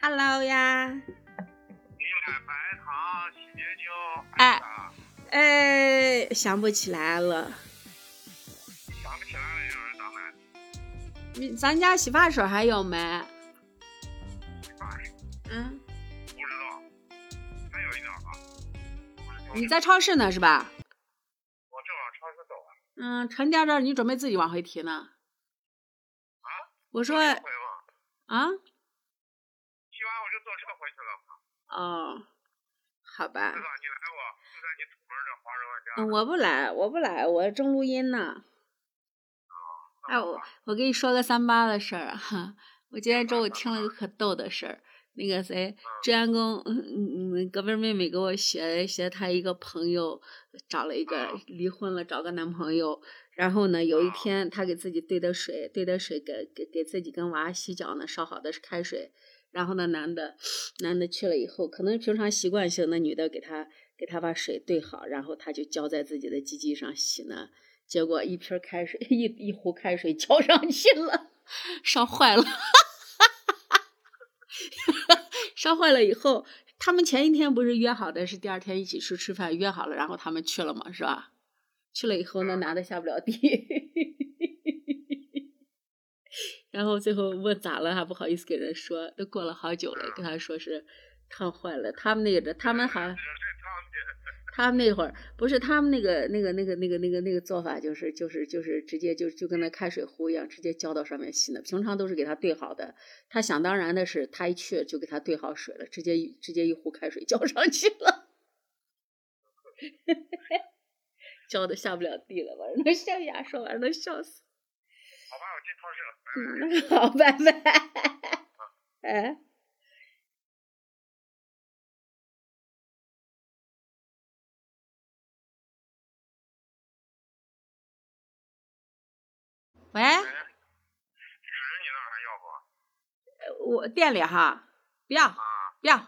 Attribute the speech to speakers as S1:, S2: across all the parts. S1: Hello 呀，
S2: 白糖、洗洁精，
S1: 哎
S2: 啊，
S1: 哎，想不起来了。
S2: 想不起来了就是咱们
S1: 你咱家洗发水还有没？嗯，
S2: 不知道，还有一点吧。不是
S1: 你在超市呢是吧？
S2: 我正往超市走啊。
S1: 嗯，沉甸甸，你准备自己往回提呢？啊我说
S2: 坐车回嘛，
S1: 啊，
S2: 提完我就坐车回去了。
S1: 哦，好吧
S2: 自，个你来我，自个你出门这华人家。
S1: 嗯，我不来，我不来，我正录音呢。哎，我我跟你说个三八的事儿啊，哈，我今天中午听了个可逗的事儿，那个谁，志安公，嗯嗯嗯，隔壁妹妹给我学学她一个朋友找了一个
S2: 嗯
S1: 离婚了，找个男朋友，然后呢，有一
S2: 嗯
S1: 天她给自己兑的水，兑的水给给给自己跟娃洗脚呢，烧好的是开水，然后呢，男的男的去了以后，可能平常习惯性，那女的给他给他把水兑好，然后他就浇在自己的鸡鸡上洗呢，结果一瓶儿开水 一一壶开水浇上去了，烧坏了， 烧坏了以后，他们前一天不是约好的是第二天一起去吃饭，约好了，然后他们去了嘛，是吧？去了以后，那男的下不了地。 然后最后问咋了还不好意思给人说，都过了好久了，跟他说是烫坏了。他们那个他们好像
S2: 这这趟你
S1: 他们那会儿不是他们那个那个那个那个那个那个做法，就是就是就是直接就就跟那开水壶一样，直接浇到上面洗呢。平常都是给他兑好的，他想当然的是，他一去就给他兑好水了，直接一直接一壶开水 浇上去了， 浇的下不了地了，完了那笑呀，说完了笑死。
S2: 好吧，我进超市了。拜拜
S1: 嗯， 好，拜拜。哎。喂，
S2: 纸你那儿还要不？
S1: 我店里哈，不要
S2: 啊，
S1: 不要
S2: 买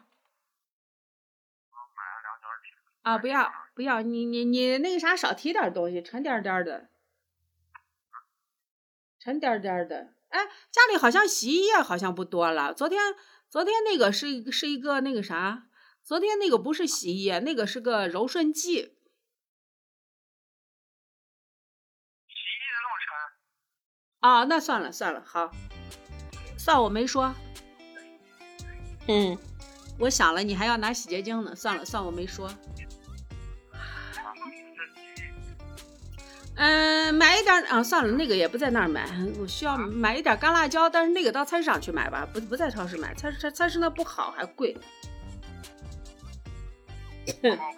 S2: 了两卷纸。
S1: 啊，不要不要，你你你那个啥，少提点东西，沉甸甸的，沉甸甸的。哎，家里好像洗衣液好像不多了。昨天昨天那个是一个是一个那个啥，昨天那个不是洗衣液，那个是个柔顺剂。
S2: 洗衣液那么沉，
S1: 啊，那算了算了，好，算我没说。嗯，我想了，你还要拿洗洁精呢，算了算我没说。嗯，买一点儿啊，算了，那个也不在那儿买，我需要买一点干辣椒，但是那个到菜市场去买吧，不不在超市买，菜市菜菜市那不好，还贵。
S2: 帮我看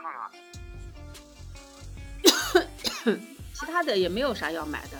S2: 看。
S1: 其他的也没有啥要买的。